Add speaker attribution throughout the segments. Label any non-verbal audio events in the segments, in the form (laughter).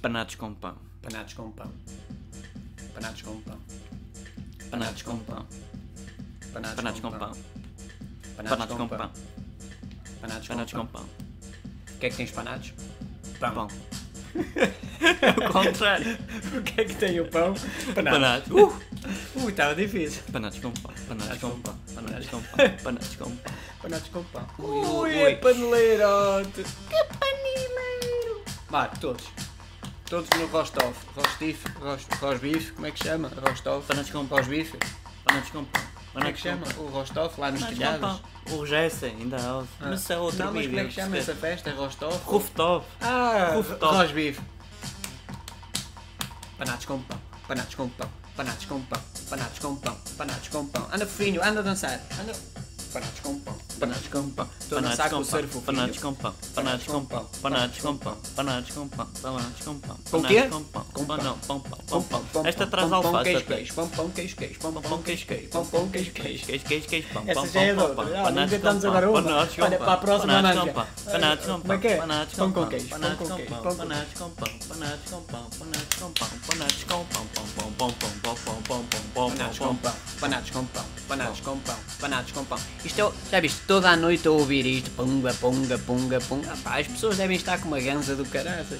Speaker 1: Panados com pão.
Speaker 2: Panados com pão. Panados com pão.
Speaker 1: Panados com pão. Panados com pão.
Speaker 2: Panados
Speaker 1: Panados
Speaker 2: com
Speaker 1: com
Speaker 2: pão.
Speaker 1: pão.
Speaker 2: Panados
Speaker 1: Panados
Speaker 2: com
Speaker 1: com
Speaker 2: pão.
Speaker 1: pão.
Speaker 2: O que é que tens panados?
Speaker 1: Pão. É o contrário.
Speaker 2: (laughs) O que é que tem o
Speaker 1: (laughs)
Speaker 2: pão?
Speaker 1: Panados.
Speaker 2: Uh! Uh, estava difícil.
Speaker 1: Panados com pão. Panados com pão. Panados com pão. Panados com pão.
Speaker 2: Panados com pão.
Speaker 1: Ui,
Speaker 2: é panleirote! Que paneleiro! Vá, todos. Todos no Rostov. Rostif, rost, Rosbif, como é que chama? Rostov.
Speaker 1: Panados com pão.
Speaker 2: Rosbif.
Speaker 1: Panados com pão.
Speaker 2: Como é
Speaker 1: Panados
Speaker 2: que
Speaker 1: com
Speaker 2: chama?
Speaker 1: pão.
Speaker 2: O Rostov lá nos
Speaker 1: Panados com
Speaker 2: telhados.
Speaker 1: pão. O Gessa, ainda há outro.
Speaker 2: Ah.
Speaker 1: Mas isso é outro
Speaker 2: Não, mas como é
Speaker 1: vídeo.
Speaker 2: que chama
Speaker 1: esquece.
Speaker 2: essa festa? Rostov?
Speaker 1: Rooftop.
Speaker 2: Ah,
Speaker 1: Rooftop.
Speaker 2: Rosbif. Panados com pão. Panados com pão. Panados com pão. Panados com pão. Panados com pão. Anda fofinho, anda a dançar. Anda. Panados com pão.
Speaker 1: Panados com pão.
Speaker 2: a
Speaker 1: Panados
Speaker 2: dançar com
Speaker 1: com
Speaker 2: o surf,
Speaker 1: pão.
Speaker 2: filho.
Speaker 1: Panados com pão. Panados com pão. Panados
Speaker 2: Panados
Speaker 1: com pão. Panados com pão. Panados com pão.
Speaker 2: Com
Speaker 1: Panados
Speaker 2: quê?
Speaker 1: Com pão. Com
Speaker 2: Com pão.
Speaker 1: pão. Pão pão.
Speaker 2: Pão,
Speaker 1: Pão pão.
Speaker 2: pão, pão,
Speaker 1: Esta
Speaker 2: pão,
Speaker 1: traz
Speaker 2: pão, pão,
Speaker 1: alface.
Speaker 2: queijo,
Speaker 1: até.
Speaker 2: queijo, pão, pão, queijo, queijo, pão, pão, queijo, queijo, pão, pão, queijo, queijo.
Speaker 1: Queijo, queijo, queijo, pão,
Speaker 2: Essa
Speaker 1: pão,
Speaker 2: já é
Speaker 1: pão,
Speaker 2: de outra.
Speaker 1: pão,
Speaker 2: Ah,
Speaker 1: panados
Speaker 2: inventamos
Speaker 1: com
Speaker 2: agora
Speaker 1: pão,
Speaker 2: uma.
Speaker 1: panados com
Speaker 2: Olha,
Speaker 1: pão,
Speaker 2: para a próxima
Speaker 1: panados
Speaker 2: manja.
Speaker 1: com pão,
Speaker 2: Ah,
Speaker 1: panados com
Speaker 2: como é
Speaker 1: pão,
Speaker 2: que é?
Speaker 1: panados
Speaker 2: Pão
Speaker 1: com
Speaker 2: com
Speaker 1: pão,
Speaker 2: queijo, pão
Speaker 1: panados
Speaker 2: com
Speaker 1: com
Speaker 2: queijo,
Speaker 1: pão,
Speaker 2: pão com
Speaker 1: panados com pão, panados com pão, panados com pão, panados com pão, pão, pão, pão, pão, pão, pão, pão, pão, pão,
Speaker 2: Panados
Speaker 1: pão,
Speaker 2: com
Speaker 1: pão.
Speaker 2: pão, panados com pão, panados com pão, panados com pão. Isto eu, já viste, toda a noite a ouvir isto, punga, punga, punga, punga. Pá, as pessoas devem estar com uma ganza do caraças.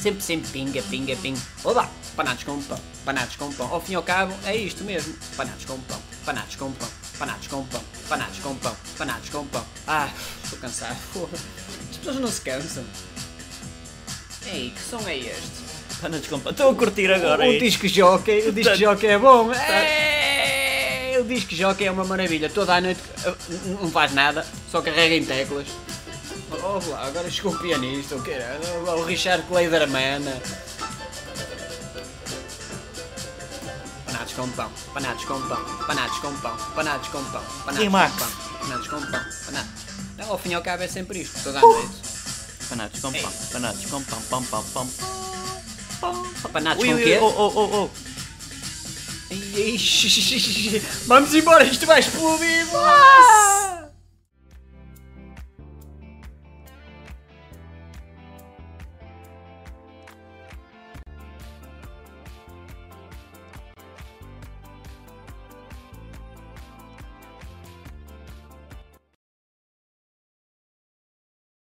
Speaker 2: Sempre, sempre pinga, pinga, pinga. Olá, panados com pão, panados com pão. Ao fim e ao cabo, é isto mesmo. Panados com pão, panados com pão, panados com pão, panados com pão, panados com pão. Ah, estou cansado. Porra. As pessoas não se cansam. Ei, que som é este?
Speaker 1: Panados com pão. Estou a curtir agora
Speaker 2: o
Speaker 1: isto.
Speaker 2: disco jockey, o disco
Speaker 1: Portanto-
Speaker 2: jockey é bom. É, o disco jockey é uma maravilha. Toda a noite uh, n- não faz nada, só carrega em teclas. Oh, lá, agora chegou o pianista, o que era? O Richard Kleiderman. Panados com pão, panados com pão, panados com pão, panados com pão, panados
Speaker 1: E
Speaker 2: com
Speaker 1: Max?
Speaker 2: pão, panados com pão, panados. Não, ao fim e ao cabo é sempre isto, toda a
Speaker 1: Uh!
Speaker 2: noite.
Speaker 1: Panados com pão,
Speaker 2: Ei.
Speaker 1: panados com pão, pão, pão, pão, pão.
Speaker 2: Panados
Speaker 1: Ui,
Speaker 2: com
Speaker 1: ui,
Speaker 2: quê?
Speaker 1: Oh, oh, oh, oh.
Speaker 2: (laughs) Ixi, Vamos embora, isto vai explodir! Nossa!